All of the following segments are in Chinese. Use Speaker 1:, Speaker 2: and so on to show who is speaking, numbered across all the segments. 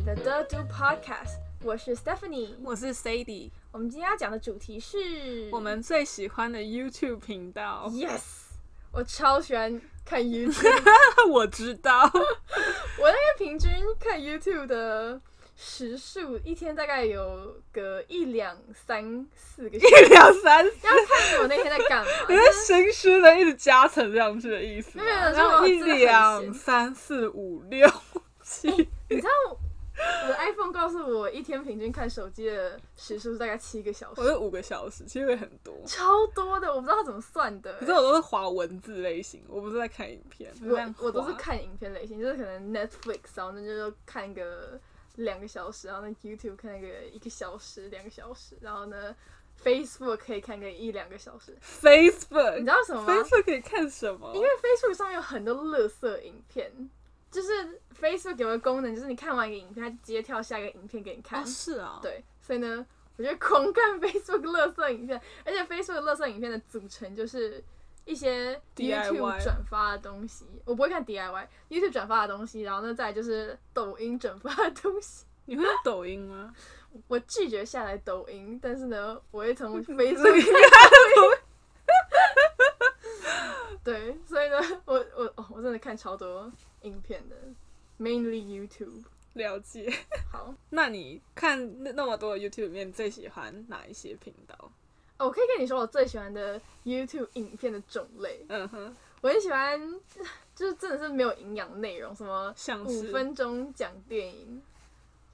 Speaker 1: 的 Do Podcast，我是 Stephanie。
Speaker 2: 我是 Sadie，
Speaker 1: 我们今天要讲的主题是，
Speaker 2: 我们最喜欢的 YouTube 频道。
Speaker 1: Yes，我超喜欢看 YouTube，
Speaker 2: 我知道，
Speaker 1: 我那个平均看 YouTube 的时数，一天大概有个一两三四个小 时，
Speaker 2: 一两三四，
Speaker 1: 要看我那天在干嘛。
Speaker 2: 你是心虚的一直加成上去的意思吗？
Speaker 1: 没有没有
Speaker 2: 然后
Speaker 1: 是
Speaker 2: 一
Speaker 1: 我真的很
Speaker 2: 两
Speaker 1: 闲哦
Speaker 2: 三四五六七，
Speaker 1: 你知道我的 iPhone 告诉我，一天平均看手机的时数大概七个小
Speaker 2: 我
Speaker 1: 时，
Speaker 2: 是五个小时，其实会很多。
Speaker 1: 超多的，我不知道它怎么算的、
Speaker 2: 可是我都是划文字类型，我不是在看影片，是这样
Speaker 1: 我我都是
Speaker 2: 滑
Speaker 1: 看影片类型，就是可能 Netflix，然后那就看个两个小时，然后呢 YouTube 看个一个小时、两个小时，然后呢 Facebook 可以看个一两个小时。你知
Speaker 2: Facebook。
Speaker 1: 道什么吗？
Speaker 2: 呃 Facebook 可以看什么？
Speaker 1: 因为 Facebook 上面有很多垃圾影片，就是 Facebook 有个功能，就是你看完一个影片，它就直接跳下一个影片给你看。
Speaker 2: 哦是啊，，
Speaker 1: 对，所以呢，我就 狂看 Facebook 垃圾影片，而且 Facebook 垃圾影片的组成就是一些
Speaker 2: DIY
Speaker 1: YouTube 转发的东西，我不会看 DIY，YouTube 转发的东西，然后呢，再来就是抖音转发的东西。
Speaker 2: 你会用抖音 吗？
Speaker 1: 我拒绝下载抖音，但是呢，我会从
Speaker 2: 这
Speaker 1: Facebook
Speaker 2: 个
Speaker 1: 对，所以呢，我我哦，我真的看超多影片的，mainly YouTube。
Speaker 2: 了解。
Speaker 1: 好，
Speaker 2: 那你看那那么多的 YouTube 里面，你最喜欢哪一些频道？
Speaker 1: 哦，我可以跟你说我最喜欢的 YouTube 影片的种类，
Speaker 2: 嗯哼，
Speaker 1: 我很喜欢， 就是真的是没有营养内容，什么
Speaker 2: 像
Speaker 1: 五
Speaker 2: 是
Speaker 1: 分钟讲电影，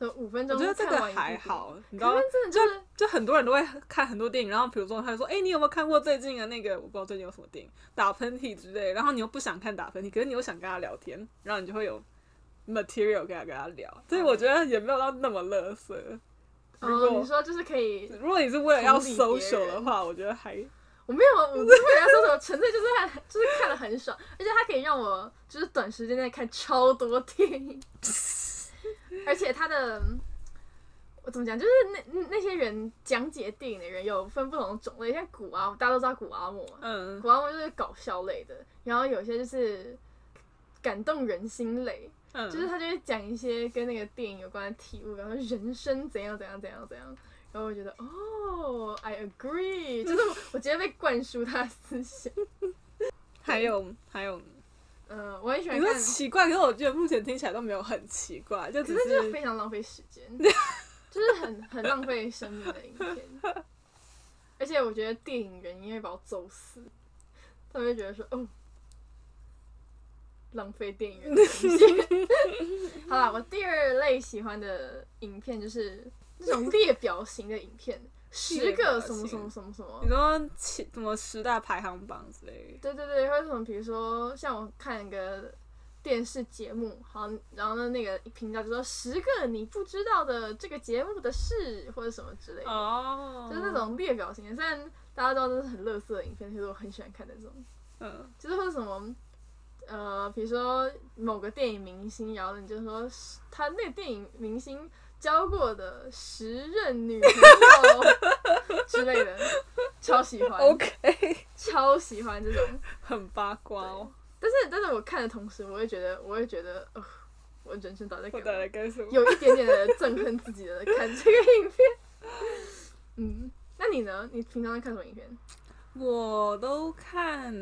Speaker 1: 什么五分
Speaker 2: 我
Speaker 1: 钟
Speaker 2: 觉得这
Speaker 1: 看
Speaker 2: 个
Speaker 1: 完一部
Speaker 2: 还
Speaker 1: 电影，
Speaker 2: 好，你知道
Speaker 1: 可
Speaker 2: 吗
Speaker 1: 是真的就是
Speaker 2: 就很多人都会看很多电影，然后比如说他就说：“哎、你有没有看过最近的那个？我不知道最近有什么电影，打喷嚏之类。”然后你又不想看打喷嚏，可是你又想跟他聊天，然后你就会有 material 跟他跟他聊。所以我觉得也没有到那么乐色。如
Speaker 1: 嗯哦，
Speaker 2: 果
Speaker 1: 你说就是可以，
Speaker 2: 如果你是为了要
Speaker 1: 同理别人
Speaker 2: social 的话，我觉得还
Speaker 1: 我没有， 我不是为了要说什么，纯粹就是看，就是看的很爽，而且它可以让我就是短时间内看超多电影， 而且它的。我怎么讲？就是那那那些人讲解电影的人有分不同的种类，像古阿，大家都知道古阿莫嘛，
Speaker 2: 嗯
Speaker 1: 古阿莫就是搞笑类的，然后有些就是感动人心类，
Speaker 2: 嗯，
Speaker 1: 就是他就会讲一些跟那个电影有关的体悟，然后人生怎样怎样怎样怎样，然后我觉得哦，I agree，就是我我直接被灌输他的思想。
Speaker 2: 还有还有，
Speaker 1: 嗯、我很喜欢
Speaker 2: 你说
Speaker 1: 看，
Speaker 2: 奇怪，可是我觉得目前听起来都没有很奇怪，就
Speaker 1: 可
Speaker 2: 只
Speaker 1: 是就是
Speaker 2: 是
Speaker 1: 非常浪费时间，就是很很浪费生命的影片。而且我觉得电影人应该把我揍死，他们会觉得说哦，浪费电影人的时间。 好啦，我第二类喜欢的影片就是那种列表型的影片，十
Speaker 2: 列表
Speaker 1: 个什么什么
Speaker 2: 型
Speaker 1: 什么什么
Speaker 2: 你，说奇什么十大排行榜之类的。
Speaker 1: 对对对，或者什么，比如说像我看一个电视节目，好，然后呢那个频道就说十个你不知道的这个节目的事或者什么之类的，
Speaker 2: 哦，
Speaker 1: 就是那，种列表型的。虽然大家都知道这是很垃圾的影片，其实我很喜欢看那种，
Speaker 2: 嗯，
Speaker 1: 就是或者什么。呃，比如说某个电影明星，然后你就说是他那个电影明星交过的十任女朋友 之类的，超喜欢
Speaker 2: OK，
Speaker 1: 超喜欢这种。
Speaker 2: 很八卦哦。
Speaker 1: 但是但是我看的同时，我会觉得，我会觉得，呃，我人生到底在干
Speaker 2: 我到底
Speaker 1: 嘛？
Speaker 2: 干什么？
Speaker 1: 有一点点的憎恨自己的看这个影片。 嗯，那你呢？你平常在看什么影片？
Speaker 2: 我都看，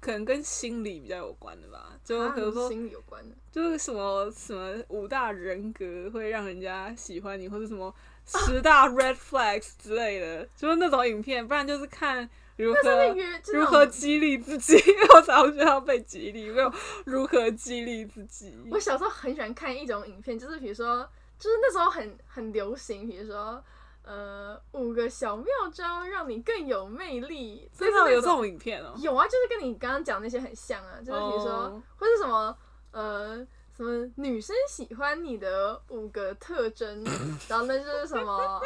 Speaker 2: 可能跟心理比较有关的吧，就
Speaker 1: 啊
Speaker 2: 比如
Speaker 1: 跟
Speaker 2: 说，
Speaker 1: 心理有关的。
Speaker 2: 就是什么什么五大人格会让人家喜欢你，或者什么十大 red flags 之类的，就是那种影片，不然就是看如
Speaker 1: 那上面
Speaker 2: 何。
Speaker 1: 约就是
Speaker 2: 啊如
Speaker 1: 那
Speaker 2: 何
Speaker 1: 种
Speaker 2: 激励自己？ 我常常需要被激励，没有如何激励自己。
Speaker 1: 我小时候很喜欢看一种影片，就是比如说，就是那时候很很流行，比如说，呃，五个小妙招让你更有魅力，
Speaker 2: 真
Speaker 1: 类似
Speaker 2: 的
Speaker 1: 那
Speaker 2: 有这种影片哦、
Speaker 1: 有啊，就是跟你刚刚讲那些很像啊，就是比如说
Speaker 2: 哦
Speaker 1: 或是什么呃什么女生喜欢你的五个特 征，然后那就是什么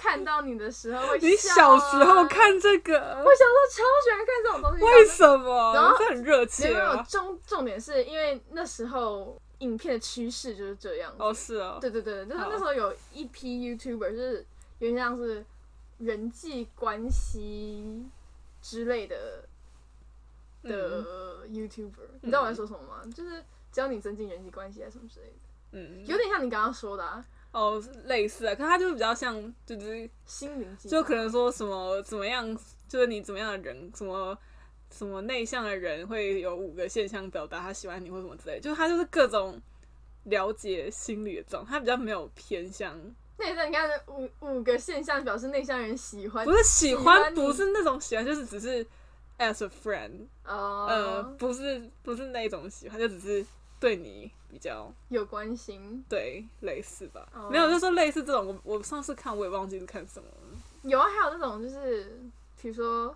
Speaker 1: 看到你的时候会笑、啊。
Speaker 2: 你小时候，看这个
Speaker 1: 我，小时候超喜欢看这种东西。
Speaker 2: 为什么？
Speaker 1: 然后
Speaker 2: 这很
Speaker 1: 然
Speaker 2: 热
Speaker 1: 后
Speaker 2: 切
Speaker 1: 没有没有
Speaker 2: 啊！
Speaker 1: 重重点是因为那时候影片的趋势就是这样子。
Speaker 2: 哦，是哦、
Speaker 1: 对对对，就是
Speaker 2: 好
Speaker 1: 那时候有一批 YouTuber，就是有点像是人际关系之类的
Speaker 2: 嗯
Speaker 1: 的 YouTuber，、你知道我在说什么吗？就是教你增进人际关系啊什么之类的，
Speaker 2: 嗯，嗯
Speaker 1: 有点像你刚刚说的、啊，
Speaker 2: 哦，类似啊，可是它就比较像，
Speaker 1: 嗯
Speaker 2: 就是
Speaker 1: 心灵鸡汤
Speaker 2: 就可能说什么怎么样，就是你怎么样的人，什么什么内向的人会有五个现象表达他喜欢你或什么之类，就是他就是各种了解心理的这种，他比较没有偏向，
Speaker 1: 那也是你看五五个现象表示内向人喜欢
Speaker 2: 不是喜
Speaker 1: 喜
Speaker 2: 欢，
Speaker 1: 欢你
Speaker 2: 不是那种喜欢，就是只是 as a friend，
Speaker 1: 哦、
Speaker 2: 呃，不是不是那种喜欢，就只是对你比较
Speaker 1: 有关心
Speaker 2: 对类似吧
Speaker 1: 哦
Speaker 2: 没有就说类似这种，我我上次看我也忘记是看什么了。
Speaker 1: 有啊，还有那种就是比如说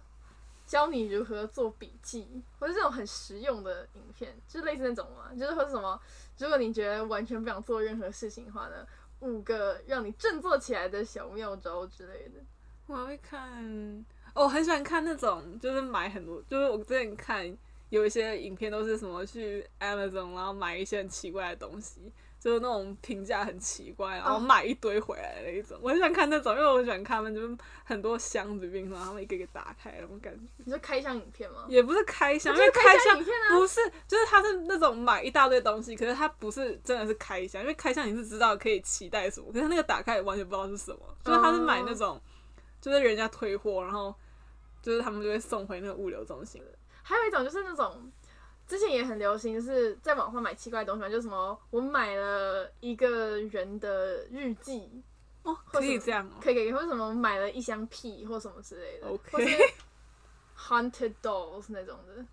Speaker 1: 教你如何做笔记，或者这种很实用的影片，就类似那种嘛，就是或者什么，如果你觉得完全不想做任何事情的话呢，五个让你振作起来的小妙招之类的。
Speaker 2: 我还会看，哦，我很喜欢看那种，就是买很多，就是我之前看有一些影片都是什么去 Amazon，然后买一些很奇怪的东西，就是那种评价很奇怪，然后
Speaker 1: 哦
Speaker 2: 买一堆回来的那一种。我很喜欢看那种，因为我很喜欢看他们就是很多箱子并，然后他们一个一个打开，那种感觉
Speaker 1: 你说开箱影片吗？
Speaker 2: 也不是开箱，因
Speaker 1: 就
Speaker 2: 为
Speaker 1: 是
Speaker 2: 开
Speaker 1: 箱
Speaker 2: 箱
Speaker 1: 影。片啊，
Speaker 2: 不是，就是它是那种买一大堆东西，可是它不是真的是开箱，因为开箱你是知道可以期待什么，可是它那个打开也完全不知道是什么，
Speaker 1: 哦
Speaker 2: 就是它是买那种，就是人家退货，然后就是他们就会送回那个物流中心。
Speaker 1: 还有一种就是那种之前也很流行，就是在网上买奇怪的东西嘛，就什么我买了一个人的日记，
Speaker 2: 哦，
Speaker 1: 或
Speaker 2: 可
Speaker 1: 什
Speaker 2: 以
Speaker 1: 么
Speaker 2: 这样哦。
Speaker 1: 可以给，或者什么买了一箱屁或什么之类的
Speaker 2: OK
Speaker 1: 或是 hunted dolls 那种的，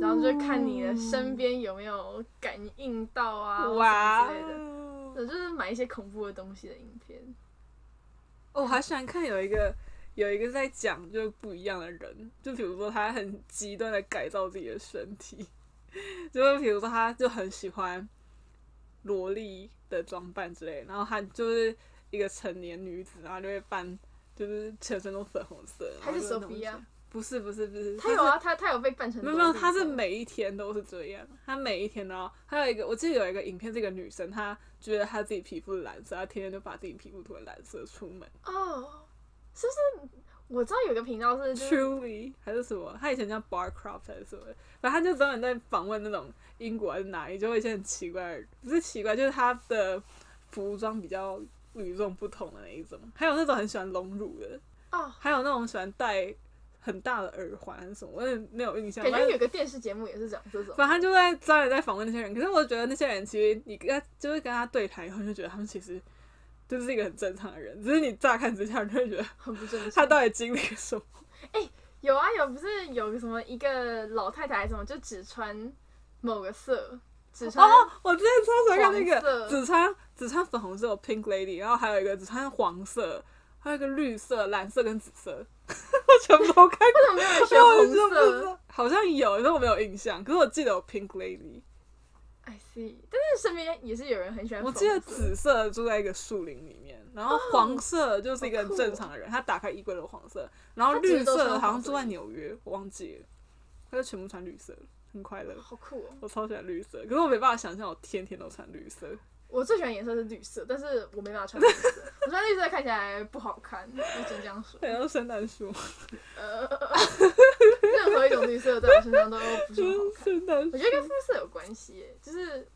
Speaker 1: 然后就看你的身边有没有感应到啊，或
Speaker 2: 哇
Speaker 1: 什么之类的。
Speaker 2: 哦！
Speaker 1: 对就是买一些恐怖的东西的影片，
Speaker 2: 哦我还喜欢看有一个有一个在讲就是不一样的人，就比如说他很极端的改造自己的身体， 就是比如说他就很喜欢萝莉的装扮之类，然后他就是一个成年女子，然后就会扮就是全身都粉红色，
Speaker 1: 还是
Speaker 2: 然后就那
Speaker 1: Sophia
Speaker 2: 种不是不是不是，
Speaker 1: 他有啊，他他有被扮成
Speaker 2: 没有没有，
Speaker 1: 萝莉
Speaker 2: 她是
Speaker 1: 吗
Speaker 2: 每一天都是这样，她每一天呢，还有一个我记得有一个影片，这个女生她觉得她自己皮肤蓝色，她天天就把自己皮肤涂成蓝色出门。
Speaker 1: 哦，是不是？我知道有个频道 是就是
Speaker 2: Truly 还是什么，他以前叫 Barcroft 还是什么，反正他就专门在访问那种英国还是哪里，就会一些很奇怪的，不是奇怪，就是他的服装比较与众不同的那一种，还有那种很喜欢隆乳的，
Speaker 1: 哦，
Speaker 2: 还有那种喜欢戴很大的耳环还是什么，我也没有啊印象。
Speaker 1: 感
Speaker 2: 反
Speaker 1: 觉
Speaker 2: 正
Speaker 1: 有个电视节目也是讲这种。
Speaker 2: 反正他就在专门在访问那些人，可是我觉得那些人其实你跟他就是跟他对谈以后，你就觉得他们其实就是一个很正常的人，只是你乍看之下你就会觉得
Speaker 1: 很不正
Speaker 2: 他
Speaker 1: 常。
Speaker 2: 到底经历了什么。
Speaker 1: 有啊有，不是有个什么一个老太太还是什么，就只穿某个色，只穿
Speaker 2: 哦，我之前超喜欢看那
Speaker 1: 黄色
Speaker 2: 个只穿只穿粉红色有 Pink Lady，然后还有一个只穿黄色，还有一个绿色、蓝色跟紫 色，我全部都看过。
Speaker 1: 为什么没有人选
Speaker 2: 我
Speaker 1: 红
Speaker 2: 真的不知
Speaker 1: 色
Speaker 2: 道好像有，但我没有印象。可是我记得有 Pink Lady，
Speaker 1: ？I see，但是身边也是有人很喜欢
Speaker 2: 我
Speaker 1: 粉红色。哦
Speaker 2: 记得紫色住在一个树林里面，然后黄色就是一个很正常的人，他打开衣柜的黄色，然后
Speaker 1: 他只
Speaker 2: 绿
Speaker 1: 是都穿
Speaker 2: 色好像
Speaker 1: 黄色
Speaker 2: 住在
Speaker 1: 衣服
Speaker 2: 纽约，我忘记了，他就全部穿绿色，很快乐。
Speaker 1: 好酷哦！
Speaker 2: 我超喜欢绿色，可是我没办法想象我天天都穿绿色。
Speaker 1: 我最喜欢颜色是绿色，但是我没办法穿绿色，我穿绿色看起来不好看，我只能这样说。
Speaker 2: 很像圣诞树，
Speaker 1: 呃，任何一种绿色在我身上都 不是很好看。
Speaker 2: 圣诞
Speaker 1: 我
Speaker 2: 树。
Speaker 1: 觉得跟肤色有关系耶，就是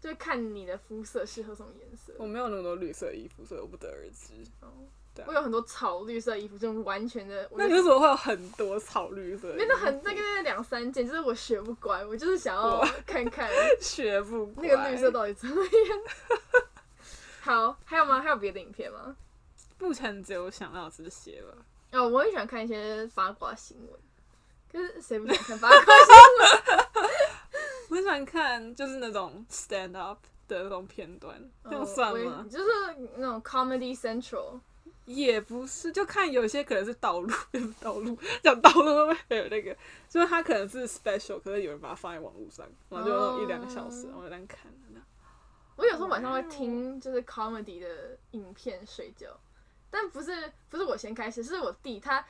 Speaker 1: 就是看你的肤色适合什么颜色。
Speaker 2: 我没有那么多绿色衣服，所以我不得而知。
Speaker 1: 哦
Speaker 2: 对啊
Speaker 1: 我有很多草绿色衣服，这种完全的，我
Speaker 2: 那
Speaker 1: 就
Speaker 2: 你为什么会有很多草绿色？
Speaker 1: 真的很那个两三件，就是我学不乖，我就是想要
Speaker 2: 我
Speaker 1: 看看
Speaker 2: 学不乖
Speaker 1: 那个绿色到底怎么样。好，还有吗？还有别的影片 吗？
Speaker 2: 目前只有想到这些吧。
Speaker 1: 哦，我很喜欢看一些八卦新 闻，可是谁不想看八卦新
Speaker 2: 我很喜欢看就是那种 stand up 的那种片段，那
Speaker 1: 闻？
Speaker 2: 种算
Speaker 1: 我也
Speaker 2: 吗？
Speaker 1: 就是那种 Comedy Central，
Speaker 2: 也不是，就看有些可能是道路， 也不是道路，讲道路会不会有那个，就是它可能是 special，可是有人把它放在网络上，然后就有那种一两个小
Speaker 1: 哦
Speaker 2: 时，然后我在那看。这样
Speaker 1: 我有时候晚上会听就是 comedy 的影片睡觉，但不是不是我先开始，是我弟他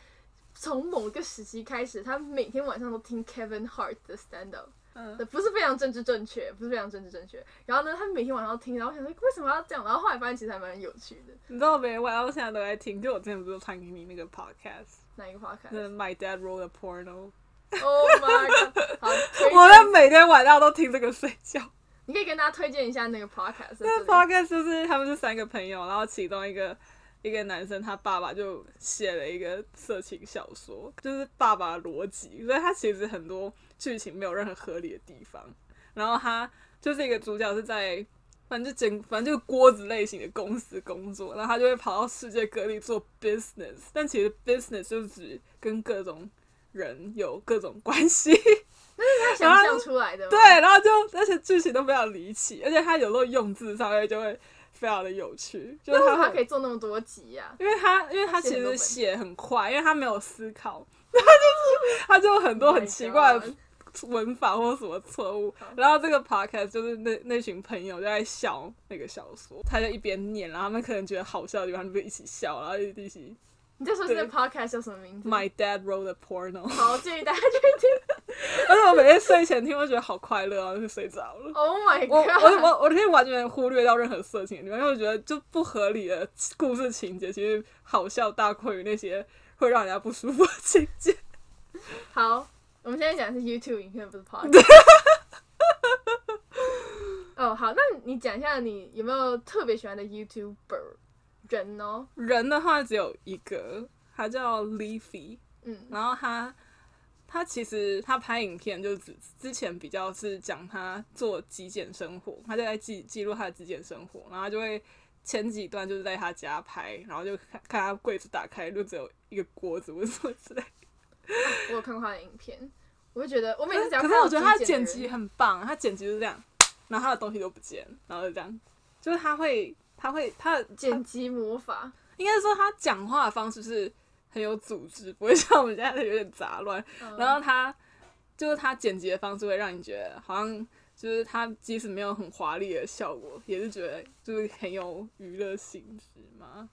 Speaker 1: 从某个时期开始，他每天晚上都听 Kevin Hart 的 stand up，
Speaker 2: 嗯，
Speaker 1: 不是非常政治正确，不是非常政治正确。然后呢，他每天晚上都听，然后我想说为什么要这样，然后后来发现其实还蛮有趣的。
Speaker 2: 你知道没？我到现在都在听，就我之前不是传给你那个 podcast。
Speaker 1: 哪 一个 podcast？Oh
Speaker 2: 那 My Dad Wrote a Porno，
Speaker 1: my god！好，推荐
Speaker 2: 我在每天晚上都听这个睡觉。
Speaker 1: 你可以跟大家推荐一下那个 podcast，在
Speaker 2: 那
Speaker 1: 这
Speaker 2: podcast 就是他们是三个朋友，然后其中一个一个男生他爸爸就写了一个色情小说，就是爸爸的逻辑，所以他其实很多剧情没有任何合理的地方。然后他就是一个主角是在反正就整反正就是锅子类型的公司工作，然后他就会跑到世界各地做 business，但其实 business 就只跟各种人有各种关系。
Speaker 1: 他想象出来的吗，
Speaker 2: 对，然后就而且剧情都非常离奇，而且他有时候用字上面就会非常的有趣，就
Speaker 1: 那
Speaker 2: 是
Speaker 1: 为什
Speaker 2: 他
Speaker 1: 么
Speaker 2: 会
Speaker 1: 他可以做那么多集呀、
Speaker 2: 因为他因为他其
Speaker 1: 写很多
Speaker 2: 实
Speaker 1: 本
Speaker 2: 写很快，因为他没有 思考，他就是他就很多
Speaker 1: Oh my
Speaker 2: 很奇怪
Speaker 1: God
Speaker 2: 的文法或什么错误。然后这个 podcast 就是那那群朋友就在笑那个小说，他就一边念，然后他们可能觉得好笑的地方，他们就一起笑，然后一起
Speaker 1: 你再说这个
Speaker 2: 对
Speaker 1: podcast 叫什么名字？
Speaker 2: My dad wrote a porno，
Speaker 1: 好，建议大家去听。
Speaker 2: 而且我每天睡前听，我觉得好快乐啊，然后就睡着了。
Speaker 1: Oh my
Speaker 2: 我
Speaker 1: god！
Speaker 2: 我我我可以完全忽略掉任何色情的地方，因为我觉得就不合理的故事情节，其实好笑大过于那些会让人家不舒服的情节。
Speaker 1: 好，我们现在讲的是 YouTube 影片，不 是 podcast。哦，好，那你讲一下你有没有特别喜欢的 YouTuber 人哦？
Speaker 2: 人的话只有一个，他叫 Leafy，
Speaker 1: 嗯，
Speaker 2: 然后他他其实他拍影片就是之之前比较是讲他做极简生活，他就在记记录他的极简生活，然后他就会前几段就是在他家拍，然后就看看他柜子打开就只有一个锅子或者什么之类的
Speaker 1: 我有看过他的影片，我就觉得我每次只要看
Speaker 2: 可是
Speaker 1: 到
Speaker 2: 我觉得他的
Speaker 1: 极
Speaker 2: 剪
Speaker 1: 简
Speaker 2: 辑
Speaker 1: 人
Speaker 2: 很棒，他剪辑就是这样，然后他的东西都不见，然后就这样，就是他会，他会，他的
Speaker 1: 剪辑魔法，
Speaker 2: 应该说他讲话的方式是很有组织，不会像我们现在的有点杂乱。
Speaker 1: 嗯
Speaker 2: 然后他就是他剪辑的方式会让你觉得好像就是他即使没有很华丽的效果，也是觉得就是很有娱乐性质嘛。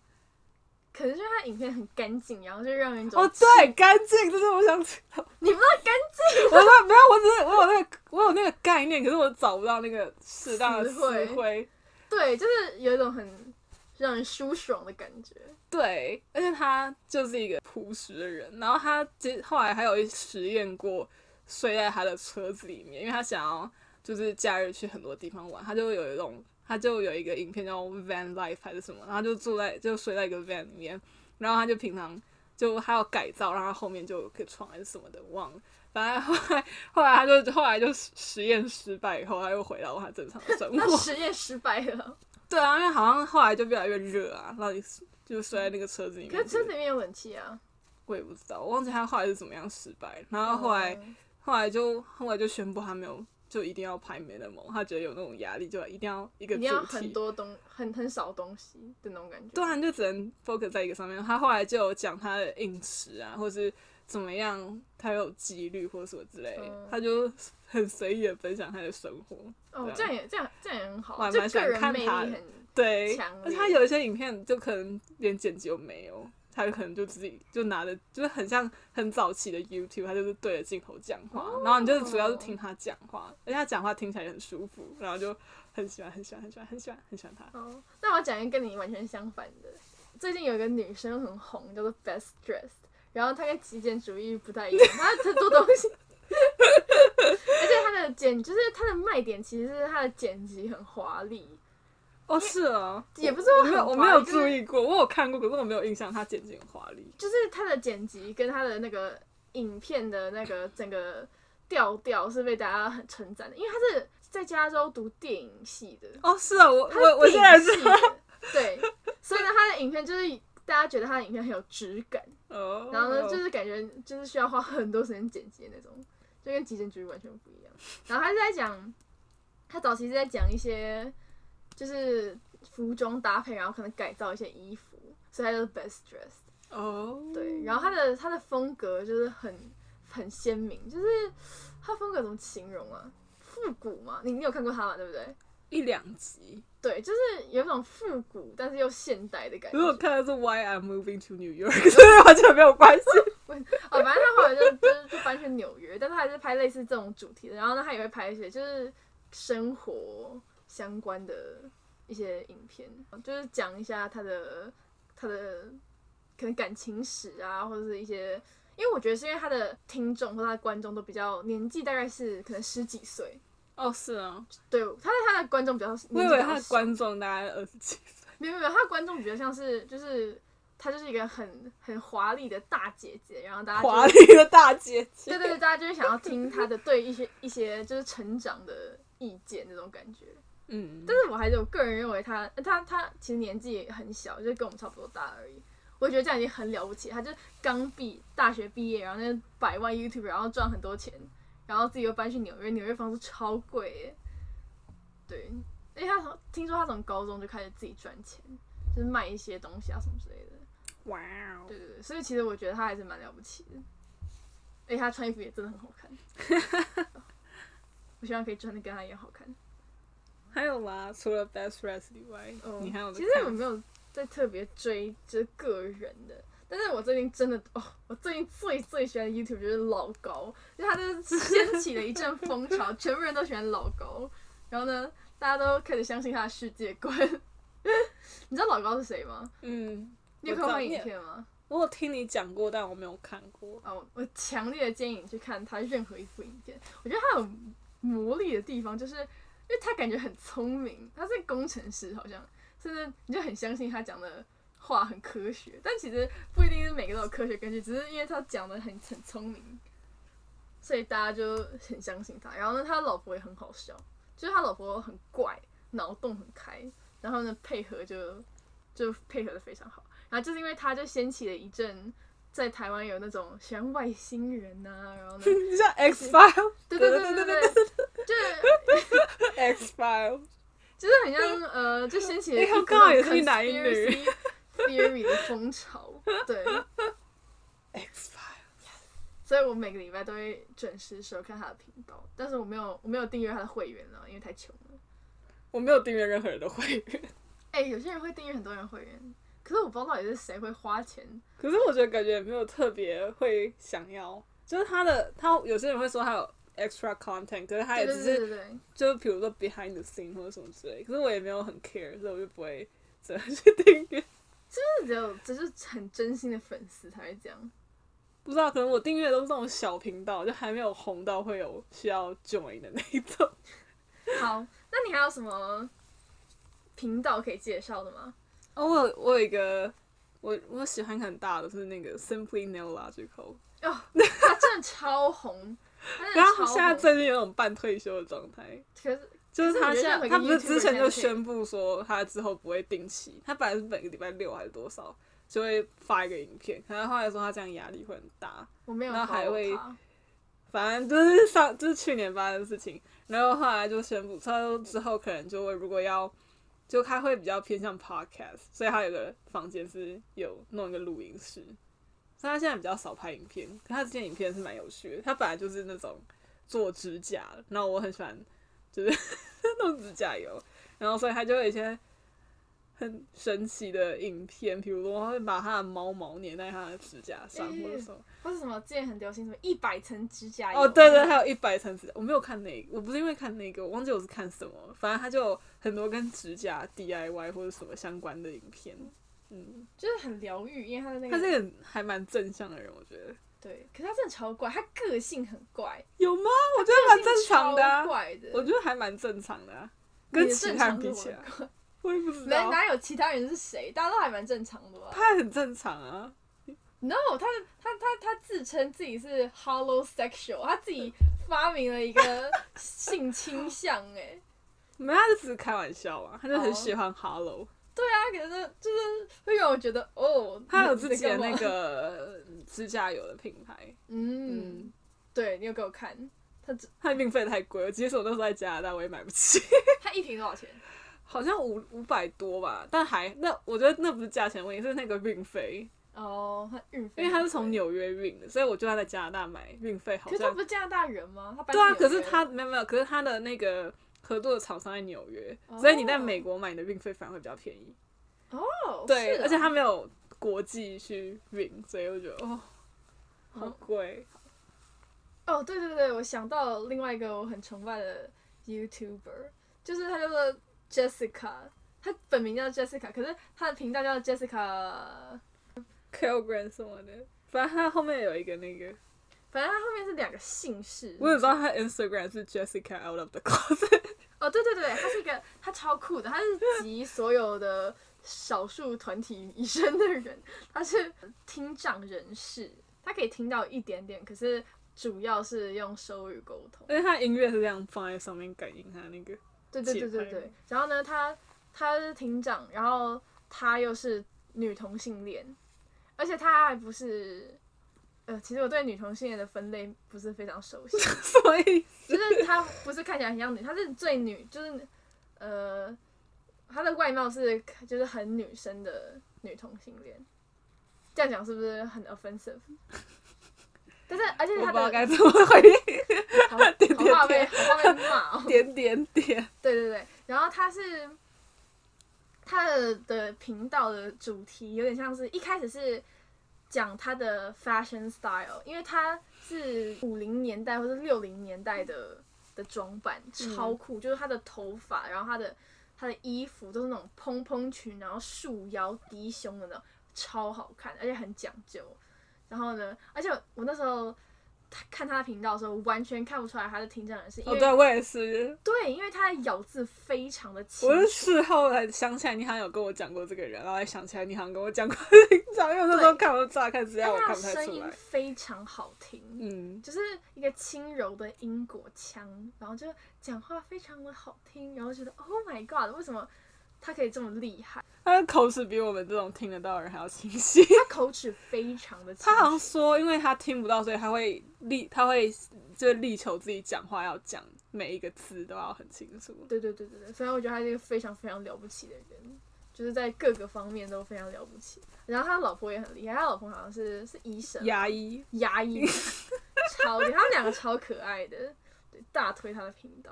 Speaker 1: 可能就是他影片很干净，然后就让人一种
Speaker 2: 哦，对，干净，这是我想知道。
Speaker 1: 你不知道干
Speaker 2: 我说没有，我只是我有那个我有那个概念，可是我找不到那个适当的
Speaker 1: 词汇
Speaker 2: 词汇。
Speaker 1: 对，就是有一种很让人舒爽的感 觉。
Speaker 2: 对，而且他就是一个朴实的人，然后他接后来还有实验过睡在他的车子里面，因为他想要就是假日去很多地方玩，他就有一种他就有一个影片叫 van life 还是什么，然后就住在就睡在一个 van 里面，然后他就平常就还要改造，然后后面就有个床还是什么的忘了，反正后来后来他就后来就实实验失败以后，他又回到他正常的生
Speaker 1: 那
Speaker 2: 活。
Speaker 1: 实验失败了，
Speaker 2: 对啊，因为好像后来就越来越热啊，然后你就睡在那个车子里面。
Speaker 1: 可是车子里面有冷气啊。
Speaker 2: 我也不知道，我忘记他后来是怎么样失败。然后后来、
Speaker 1: 嗯
Speaker 2: 后来就后来就宣布他没有，就一定要拍 minimal，他觉得有那种压力，就一定要一个
Speaker 1: 一定要
Speaker 2: 主
Speaker 1: 很
Speaker 2: 题。
Speaker 1: 多东很很少东西的那种感觉。
Speaker 2: 对啊，你就只能 focus 在一个上面。他后来就有讲他的饮食啊，或是怎么样，他有纪律或者什么之类的，
Speaker 1: 嗯
Speaker 2: 他就很随意的分享他的生活。
Speaker 1: 哦
Speaker 2: 对，啊
Speaker 1: 这样也这样这样也很
Speaker 2: 我
Speaker 1: 好，
Speaker 2: 还
Speaker 1: 就
Speaker 2: 蛮喜
Speaker 1: 个
Speaker 2: 欢
Speaker 1: 人
Speaker 2: 看
Speaker 1: 魅力
Speaker 2: 他的
Speaker 1: 很。
Speaker 2: 对，
Speaker 1: 强
Speaker 2: 而且
Speaker 1: 烈
Speaker 2: 他有一些影片就可能连剪辑都没有，他就可能就自己就拿着，就是很像很早期的 YouTube，他就是对着镜头讲话，然后你就是主要是听他讲话，而且他讲话听起来也很舒服，然后就很喜欢很喜欢很喜欢很喜欢很喜欢他。
Speaker 1: 哦，那我讲一个跟你完全相反的。最近有一个女生很红，叫做 Best Dressed，然后她跟极简主义不太一样，她很多东西， 而且她的剪就是她的卖点其实是她的剪辑很华丽，
Speaker 2: 哦，是哦，
Speaker 1: 也不是
Speaker 2: 我
Speaker 1: 很
Speaker 2: 没有
Speaker 1: 华
Speaker 2: 我没
Speaker 1: 丽
Speaker 2: 有
Speaker 1: 就
Speaker 2: 注
Speaker 1: 是
Speaker 2: 意过，我有看过，可是我没有印象他剪辑很华丽。
Speaker 1: 就是她的剪辑跟她的那个影片的那个整个调调是被大家很称赞的，因为她是在加州读电影系的，
Speaker 2: 哦，是啊，我
Speaker 1: 他
Speaker 2: 我我现在是
Speaker 1: 顶 级的对，所以呢，他的影片就是大家觉得他的影片很有质感，
Speaker 2: 哦，
Speaker 1: 然后呢，就是感觉就是需要花很多时间剪辑的那种，就跟极简主义完全不 一样。然后他是在讲，他早期是在讲一些就是服装搭配，然后可能改造一些衣服，所以他就是 best dressed。
Speaker 2: 哦，
Speaker 1: 对，然后他的他的风格就是很很鲜明，就是他风格怎么形容啊？复古嘛，你你有看过他嘛？对不对？
Speaker 2: 一两集，
Speaker 1: 对，就是有一种复古但是又现代的感觉。
Speaker 2: 可是我看的是 Why I'm Moving to New York，所 以完全没有关系。
Speaker 1: 哦，反正他后来就就是就搬去纽约，但是他还是拍类似这种主题的。然后呢，他也会拍一些就是生活相关的一些影片，就是讲一下他的他的可能感情史啊，或者是一些。因为我觉得是因为他的听众或他的观众都比较年纪大概是可能十几岁，
Speaker 2: 哦，是啊，
Speaker 1: 对，他的他的观众比较，
Speaker 2: 我以
Speaker 1: 年纪比
Speaker 2: 为
Speaker 1: 较
Speaker 2: 他的
Speaker 1: 小
Speaker 2: 观众大概二十几岁，
Speaker 1: 没有没有，他的观众比较像是就是他就是一个很很华丽的大姐姐，然后大家就
Speaker 2: 华丽的大姐姐。
Speaker 1: 对对对，大家就是想要听他的对一些一些就是成长的意见那种感觉。
Speaker 2: 嗯，
Speaker 1: 但是我还是我个人认为他他他其实年纪也很小，就是跟我们差不多大而已。我觉得这样已经很了不起，他就刚毕大学毕业，然后那百万 YouTube，然后赚很多钱，然后自己又搬去纽约，纽约房租超贵耶。对，因为他从听说他从高中就开始自己赚钱，就是卖一些东西啊什么之类的。
Speaker 2: 哇哦，
Speaker 1: 对对对，所以其实我觉得他还是蛮了不起的，而且他穿衣服也真的很好 看。我希望可以穿的跟他一样好看。
Speaker 2: 还有啦，除了 Best Rest 以外，
Speaker 1: 哦
Speaker 2: 你还有在
Speaker 1: 其实
Speaker 2: 看
Speaker 1: 我没有在特别追就是个人的，但是我最近真的哦，我最近最最喜欢的 YouTube 就是老高，就他就是掀起了一阵风 潮，全部人都喜欢老高，然后呢，大家都开始相信他的世界观。 你知道老高是谁吗？
Speaker 2: 嗯，
Speaker 1: 你有
Speaker 2: 我
Speaker 1: 看过
Speaker 2: 知
Speaker 1: 他
Speaker 2: 道
Speaker 1: 影
Speaker 2: 你有
Speaker 1: 片吗？
Speaker 2: 我有听你讲过，但我没有看 过。
Speaker 1: 哦，我强烈的建议你去看他任何一部影片。我觉得他有魔力的地方，就是因为他感觉很聪明，他是工程师，好像，甚至你就很相信他讲的话很科学，但其实不一定是每个都有科学根据，只是因为他讲的很很聪明，所以大家就很相信他。然后呢，他老婆也很好笑，就是他老婆很怪，脑洞很开，然后呢配合就就配合的非常好。然后就是因为他就掀起了一阵。在台湾有那种喜欢外星人呐、然后呢，
Speaker 2: 你像 X File，
Speaker 1: 对对对对对，就是
Speaker 2: 对，X File，
Speaker 1: 就是很像呃，就掀起了
Speaker 2: 哎
Speaker 1: 一股
Speaker 2: 我刚好也是一男一女
Speaker 1: conspiracy theory 的风潮， 对，
Speaker 2: X File，
Speaker 1: 所以我每个礼拜都会准时收看他的频道，但是我没有我没有订阅他的会员了，啊因为太穷了。
Speaker 2: 我没有订阅任何人的会员，
Speaker 1: 哎、有些人会订阅很多人会员，可是我不知道到底是谁会花钱，
Speaker 2: 可是我觉得感觉也没有特别会想要，就是他的他有些人会说他有 extra content，可是他
Speaker 1: 对
Speaker 2: 也
Speaker 1: 对
Speaker 2: 哎只
Speaker 1: 对
Speaker 2: 是
Speaker 1: 对对，
Speaker 2: 就是比如说 behind the scene 或者什么之类，可是我也没有很 care，所以我就不会真的去订阅。
Speaker 1: 就是只有只是很真心的粉丝才会这样。
Speaker 2: 不知道，可能我订阅都是那种小频道，就还没有红到会有需要 join 的那一种。
Speaker 1: 好，那你还有什么频道可以介绍的吗？
Speaker 2: 哦，我有我有一个我我喜欢很大的是那个 Simply No Logical，
Speaker 1: 哦，他真的超红，他真的
Speaker 2: 然
Speaker 1: 超
Speaker 2: 后
Speaker 1: 红。
Speaker 2: 现在最近有种半退休的状态，
Speaker 1: 可是
Speaker 2: 就是他现
Speaker 1: 可是我觉得任何
Speaker 2: 在
Speaker 1: 一个
Speaker 2: 他不是之前
Speaker 1: YouTuber
Speaker 2: 就宣布说他之后不会定期，他本来是每个礼拜六还是多少就会发一个影片，可是他后来说他这样压力会很大，
Speaker 1: 我没有
Speaker 2: 然后还
Speaker 1: follow
Speaker 2: 会
Speaker 1: 他
Speaker 2: 反正就是上就是去年发生的事情，然后后来就宣布，他说之后可能就会如果要，就他会比较偏向 podcast，所以他有个房间是有弄一个录音室，所以他现在比较少拍影片，可他之前影片是蛮有趣的，他本来就是那种做指甲，然后我很喜欢就是 弄指甲油，然后所以他就有一些。很神奇的影片，比如说他会把他的猫毛粘在他的指甲上，或者什么，
Speaker 1: 或是什么之前很流行什么一百层指甲油
Speaker 2: 哦，对对，还有一百层指甲，我没有看那个，我不是因为看那个，我忘记我是看什么，反正它就有很多跟指甲 DIY 或者什么相关的影片。嗯，
Speaker 1: 就是很疗愈，因为他的那
Speaker 2: 他
Speaker 1: 个
Speaker 2: 是个还蛮正向的人，我觉得
Speaker 1: 对，可是他真的超怪，他个性很怪，
Speaker 2: 有吗？我觉得蛮正常的啊、
Speaker 1: 超怪的，
Speaker 2: 我觉得还蛮正常的啊、
Speaker 1: 你的
Speaker 2: 跟其
Speaker 1: 正
Speaker 2: 他人
Speaker 1: 常
Speaker 2: 比
Speaker 1: 是
Speaker 2: 起
Speaker 1: 我
Speaker 2: 来
Speaker 1: 的，
Speaker 2: 我也不知
Speaker 1: 哪
Speaker 2: 道，
Speaker 1: 哪有其他人是谁？大家都还蛮正常的吧
Speaker 2: 他也很正常啊。
Speaker 1: ？No，他他他他自称自己是 hollow sexual，他自己发明了一 个性倾向，哎，
Speaker 2: 没有，他就只是开玩笑啊，他就很
Speaker 1: 哦
Speaker 2: 喜欢 Hello，、
Speaker 1: 他啊可是就是会让我觉得哦，
Speaker 2: 他有
Speaker 1: 你
Speaker 2: 自己的
Speaker 1: 你在干
Speaker 2: 那
Speaker 1: 嘛
Speaker 2: 个指甲油的品牌。
Speaker 1: 嗯
Speaker 2: 嗯，
Speaker 1: 对你有给我看，他 只
Speaker 2: 他的运费太贵了，即使我那时候在加拿大，我也买不起。
Speaker 1: 他一瓶多少钱？
Speaker 2: 好像五五百多吧，但还那我觉得那不是价钱问题，是那个运费，
Speaker 1: 哦，他运费，
Speaker 2: 因为他是从，纽约运的，所以我就要在加拿大买运费，好
Speaker 1: 可是他
Speaker 2: 像
Speaker 1: 不是加拿大人吗？他搬
Speaker 2: 对啊，
Speaker 1: 去纽
Speaker 2: 可
Speaker 1: 约
Speaker 2: 是他没有没有，可是他的那个合作的厂商在纽约，
Speaker 1: 哦
Speaker 2: 所以你在美国买你的运费反而会比较便宜，
Speaker 1: 哦，
Speaker 2: 对，
Speaker 1: 是啊
Speaker 2: 而且他没有国际去运，所以我觉得哦，好贵，
Speaker 1: 哦，对对对，我想到另外一个我很崇拜的 YouTuber，就是他叫做 Jessica，他本名叫 Jessica，可是他的频道叫 Jessica，
Speaker 2: k i l g r a n 什么的，反正他后面有一个那个，
Speaker 1: 反反正他后面是两个姓氏。
Speaker 2: 我只知道他 Instagram 是 Jessica out of the closet，
Speaker 1: 哦，对对对，他是一个他超酷的，他是集所有的少数团体于一身的人，他是听障人士，他可以听到一点点，可是主要是用手语沟通。
Speaker 2: 而且他的音乐是这样放在上面感应他那个，
Speaker 1: 对对对
Speaker 2: 节
Speaker 1: 对
Speaker 2: 拍
Speaker 1: 对。然后呢，他他是庭长，然后他又是女同性恋，而且他还不是，呃，其实我对女同性恋的分类不是非常熟悉，
Speaker 2: 所以
Speaker 1: 就是他不是看起来很像女，他是最女，就是呃，他的外貌是就是很女生的女同性恋。这样讲是不是很 offensive？但是而且
Speaker 2: 我
Speaker 1: 他
Speaker 2: 不知道
Speaker 1: 的
Speaker 2: 该怎么 回应。
Speaker 1: 好
Speaker 2: 点点
Speaker 1: 好怕被
Speaker 2: 点
Speaker 1: 好怕被骂哦。
Speaker 2: 点点点，
Speaker 1: 对对对，然后他是他的的频道的主题有点像是一开始是讲他的 fashion style，因为他是五零年代或者六零年代的的装扮，超酷，就是他的头发，然后他的他的衣服都是那种蓬蓬裙，然后束腰低胸的那种，超好看，而且很讲究。然后呢，而且我那时候他看他的频道的时候，完全看不出来他是听障人士，因
Speaker 2: 哦，
Speaker 1: 为
Speaker 2: 对我也是，
Speaker 1: 对，因为他的咬字非常的清
Speaker 2: 我是
Speaker 1: 楚。
Speaker 2: 事后才想起来你好像有跟我讲过这个人，然后才想起来你好像跟我讲过这个人，因为我那时候看我都乍看之下
Speaker 1: 但
Speaker 2: 我
Speaker 1: 他
Speaker 2: 看
Speaker 1: 的
Speaker 2: 不太
Speaker 1: 声
Speaker 2: 出
Speaker 1: 音
Speaker 2: 来，
Speaker 1: 非常好听，
Speaker 2: 嗯，
Speaker 1: 就是一个轻柔的英国腔，然后就讲话非常的好听，然后觉得 Oh my God，为什么他可以这么厉害？
Speaker 2: 他的口齿比我们这种听得到的人还要清晰。
Speaker 1: 他口齿非常的清
Speaker 2: 他好像
Speaker 1: 楚，
Speaker 2: 说，因为他听不到，所以他会力，他会就是力求自己讲话要讲每一个字都要很清楚。
Speaker 1: 对对对对对，所以我觉得他是一个非常非常了不起的人，就是在各个方面都非常了不起。然后他老婆也很厉害，他老婆好像是是医生，
Speaker 2: 牙医，
Speaker 1: 牙医，超级，他们两个超可爱的，对，大推他的频道。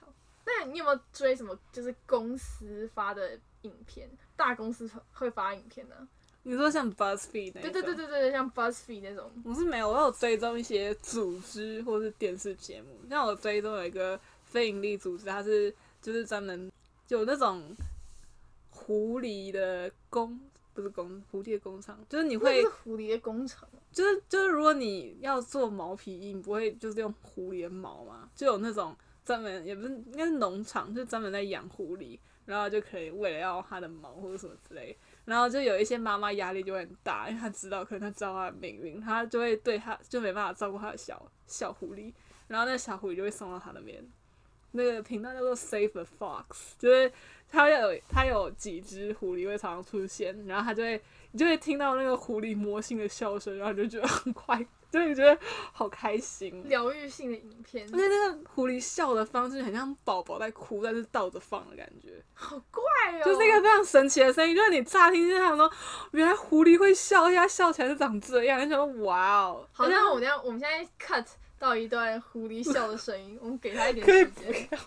Speaker 1: 好，那你有没有追什么？就是公司发的影片，大公司会发影片呢、
Speaker 2: 你说像 BuzzFeed 那一种
Speaker 1: 对对对对对，像 BuzzFeed 那种，
Speaker 2: 我是没有，我有追踪一些组织或是电视节目，像我追踪有一个非营利组织，它是就是专门有那种狐狸的工，不是工狐狸的工厂，就是你
Speaker 1: 那
Speaker 2: 会
Speaker 1: 就是狐狸的工厂吗。
Speaker 2: 就是就是如果你要做毛皮衣，你不会就是用狐狸的毛嘛？就有那种专门也不是应该是农场，就专门在养狐狸，然后就可以为了要它的毛或者什么之类，然后就有一些妈妈压力就会很大，因为她知道可能她知道她的命运，她就会对她就没办法照顾她的小小狐狸，然后那小狐狸就会送到她那边。那个频道叫做 Save the Fox，就是它有它有几只狐狸会常常出现，然后它就会你就会听到那个狐狸魔性的笑声，然后你就觉得很快，就你觉得好开心。
Speaker 1: 疗愈性的影片
Speaker 2: 而，且那个狐狸笑的方式很像宝宝在哭，但是倒着放的感觉，
Speaker 1: 好怪哦，
Speaker 2: 就是一个非常神奇的声音。就是你乍听就想说，原来狐狸会笑，而且它笑起来是长这样，你想说哇哦，
Speaker 1: 好像我们要我们现在 cut 到一段狐狸笑的声音，我们给他一点
Speaker 2: 可以
Speaker 1: 时间。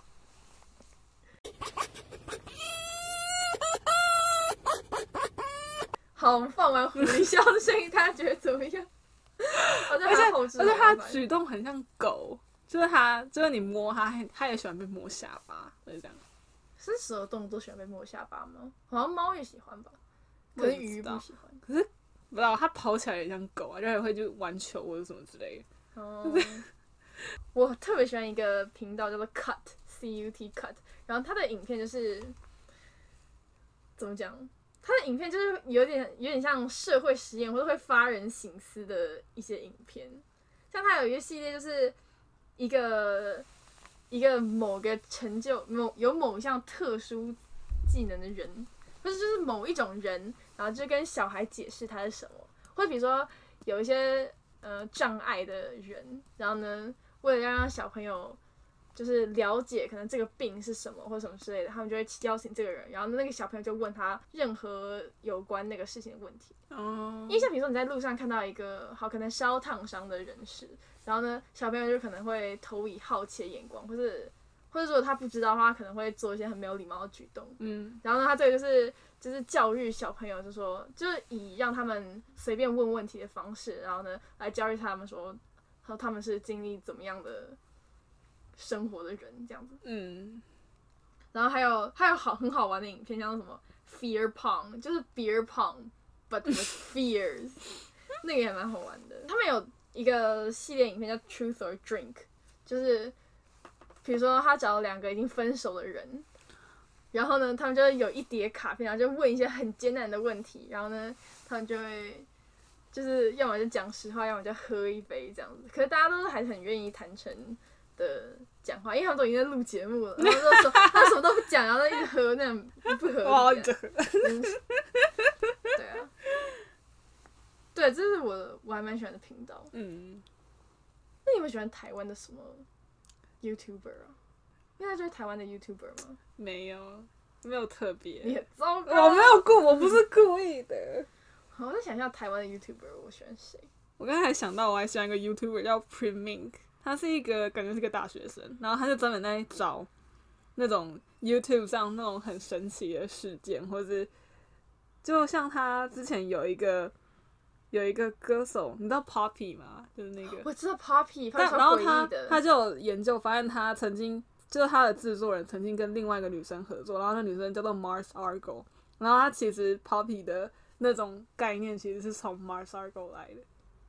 Speaker 1: 好，我们放完狐狸笑的声音，大家觉得怎么样？ 而
Speaker 2: 而且而且
Speaker 1: 他
Speaker 2: 它举动很像狗，就是它就是你摸它，它它也喜欢被摸下巴，就是这样。
Speaker 1: 是蛇动作喜欢被摸下巴吗？好像猫也喜欢吧，
Speaker 2: 我
Speaker 1: 可
Speaker 2: 也
Speaker 1: 是
Speaker 2: 不知
Speaker 1: 鱼
Speaker 2: 道
Speaker 1: 不喜欢。
Speaker 2: 不知道它跑起来也像狗啊，然后也会就玩球或者什么之类的。
Speaker 1: 哦，我特别喜欢一个频道叫做 Cut C U T Cut，然后它的影片就是怎么讲？它的影片就是有点有点像社会实验或者会发人省思的一些影片，像它有一个系列就是一个一个某个成就某有某一项特殊技能的人，或者就是某一种人，然后就跟小孩解释他是什么，或者比如说有一些呃障碍的人，然后呢，为了让小朋友就是了解可能这个病是什么或什么之类的，他们就会邀请这个人，然后那个小朋友就问他任何有关那个事情的问题。
Speaker 2: 哦
Speaker 1: 因为像比如说你在路上看到一个好可能烧烫伤的人士，然后呢，小朋友就可能会投以好奇的眼光，或是或者如果他不知道的话，他可能会做一些很没有礼貌的举动。
Speaker 2: 嗯，
Speaker 1: 然后呢，他这个就是就是教育小朋友，就说就是以让他们随便问问题的方式，然后呢来教育他们说，说他们是经历怎么样的生活的人这样子。
Speaker 2: 嗯，
Speaker 1: 然后还有还有好很好玩的影片，像什么 Fear Pong，就是 Beer Pong，but with fears，那个也蛮好玩的。他们有一个系列影片叫《Truth or Drink》，就是比如说他找了两个已经分手的人，然后呢，他们就会有一叠卡片，然后就问一些很艰难的问题，然后呢，他们就会就是要么就讲实话，要么就喝一杯这样子。可是大家都还是很愿意坦诚的讲话，因为他们都已经在录节目了，然后就什他们什么都不讲，然后一直喝那种不合理
Speaker 2: 哇，
Speaker 1: 的。嗯 对啊，对，这是我的我还蛮喜欢的频道。
Speaker 2: 嗯，
Speaker 1: 那你们喜欢台湾的什么 YouTuber 啊？因为他就是台湾的 YouTuber 吗？
Speaker 2: 没有，没有特
Speaker 1: 你
Speaker 2: 别，
Speaker 1: 很糟糕。啊
Speaker 2: 我没。有故，我不是故意的。
Speaker 1: 好，我在想一下台湾的 YouTuber，我喜欢谁？
Speaker 2: 我刚才还想到，我还喜欢一个 YouTuber 叫 Preming，他是一个感觉是个大学生，然后他就专门在找那种 YouTube 上那种很神奇的事件，或是就像他之前有一个有一个歌手，你知道 Poppy 吗？就是那个，
Speaker 1: 我知道 Poppy，
Speaker 2: 但
Speaker 1: 超
Speaker 2: 然后
Speaker 1: 诡
Speaker 2: 他
Speaker 1: 异的。
Speaker 2: 他就有研究发现，他曾经就是他的制作人曾经跟另外一个女生合作，然后那女生叫做 Mars Argo，然后他其实 Poppy 的那种概念其实是从 Mars Argo 来的。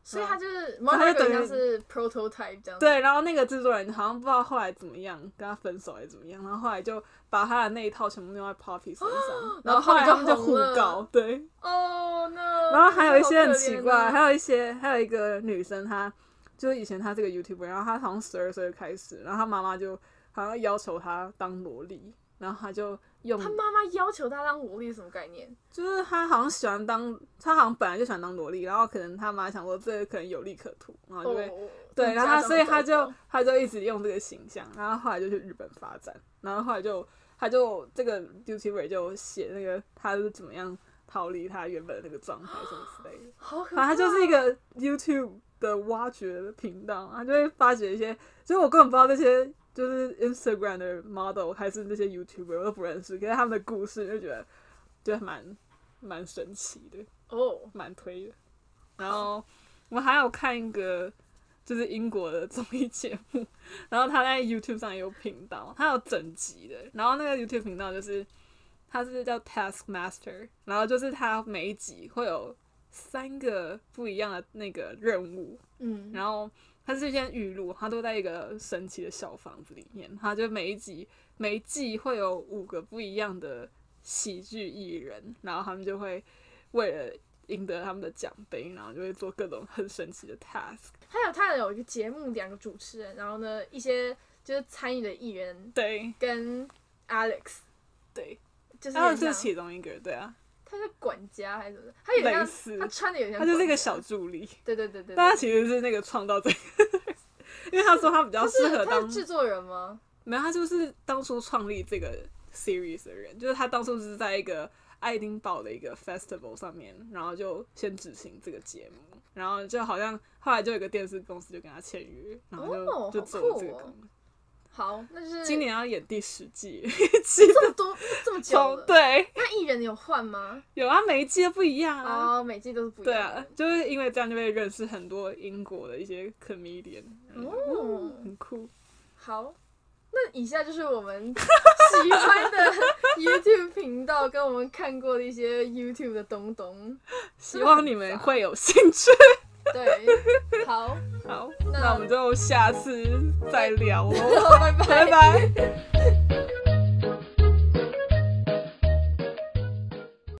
Speaker 1: 所以他就是
Speaker 2: 嗯他
Speaker 1: Mark
Speaker 2: 就等于
Speaker 1: 像是 prototype 这样子。
Speaker 2: 对，然后那个制作人好像不知道后来怎么样，跟他分手还是怎么样，然后后来就把他的那一套全部用在 Poppy 身上，然后后来他们就互告，对，
Speaker 1: 哦、no！
Speaker 2: 然后还有一些很
Speaker 1: 好可
Speaker 2: 奇
Speaker 1: 怜
Speaker 2: 怪，
Speaker 1: 哦
Speaker 2: 还有一些还有一个女生，她就是以前她这个 YouTuber，然后她好像十二岁就开始，然后她妈妈就好像要求她当萝莉，然后她就用
Speaker 1: 他妈妈要求他当萝莉是什么概念？
Speaker 2: 就是他好像喜欢当，他好像本来就喜欢当萝莉，然后可能他妈想说这个可能有利可图，然后就会、
Speaker 1: 哦
Speaker 2: 对，然后他所以
Speaker 1: 糟
Speaker 2: 他就
Speaker 1: 糕
Speaker 2: 他就一直用这个形象，然后后来就去日本发展，然后后来就他就这个 YouTuber 就写那个他是怎么样逃离他原本的那个状态什么之类的，
Speaker 1: 好可怕。
Speaker 2: 反正他就是一个 YouTube 的挖掘的频道，他就会发掘一些，就是我根本不知道这些就是 Instagram 的 model 还是那些 YouTuber 我都不认识，可是他们的故事就觉得就蛮蛮神奇的，
Speaker 1: 哦，
Speaker 2: 蛮推的。然后我还有看一个就是英国的综艺节目，然后他在 YouTube 上也有频道，他有整集的，然后那个 YouTube 频道就是他是叫 Taskmaster，然后就是他每一集会有三个不一样的那个任务，
Speaker 1: 嗯，
Speaker 2: 然后它是一间语录，它都在一个神奇的小房子里面。它就每一集每一季会有五个不一样的喜剧艺人，然后他们就会为了赢得他们的奖杯，然后就会做各种很神奇的 task。
Speaker 1: 还有他有一个节目，两个主持人，然后呢，一些就是参与的艺人
Speaker 2: 对
Speaker 1: 跟 Alex，
Speaker 2: 对，
Speaker 1: 就是
Speaker 2: 然后
Speaker 1: 有
Speaker 2: 这
Speaker 1: 点
Speaker 2: 是
Speaker 1: 像
Speaker 2: 其中一个，对啊，
Speaker 1: 他是管家还是什么的，他有点
Speaker 2: 类似
Speaker 1: 像他穿的有点像
Speaker 2: 他
Speaker 1: 管
Speaker 2: 就
Speaker 1: 家，
Speaker 2: 是一个小助理，
Speaker 1: 对对对对，
Speaker 2: 但他
Speaker 1: 对
Speaker 2: 其实是那个创造者， 因为他说他比较
Speaker 1: 他
Speaker 2: 适
Speaker 1: 是
Speaker 2: 合
Speaker 1: 他是
Speaker 2: 当
Speaker 1: 制作人吗？
Speaker 2: 没有，他就是当初创立这个 series 的人，就是他当初是在一个爱丁堡的一个 festival 上面，然后就先执行这个节目，然后就好像后来就有一个电视公司就跟他签约，然后就、
Speaker 1: 哦
Speaker 2: 就
Speaker 1: 好
Speaker 2: 做了
Speaker 1: 酷
Speaker 2: 这个
Speaker 1: 哦
Speaker 2: 工作。
Speaker 1: 好，那就是
Speaker 2: 今年要演第十季，记 得
Speaker 1: 这么多这么久
Speaker 2: 从
Speaker 1: 了，
Speaker 2: 哦对
Speaker 1: 那艺人有换吗？
Speaker 2: 有啊，每一季都不一样啊。
Speaker 1: 哦，每季都是不一
Speaker 2: 对
Speaker 1: 样
Speaker 2: 啊
Speaker 1: 的，，
Speaker 2: 就是因为这样就会认识很多英国的一些 comedian，
Speaker 1: 哦
Speaker 2: 嗯很酷。
Speaker 1: 好，那以下就是我们喜欢 的 YouTube 频道跟我们看过的一些 YouTube 的东东，
Speaker 2: 希望你们会有兴趣。
Speaker 1: 对， 好，
Speaker 2: 好，
Speaker 1: 那
Speaker 2: 那我们就下次再聊喽。哦
Speaker 1: 拜拜
Speaker 2: 拜。拜。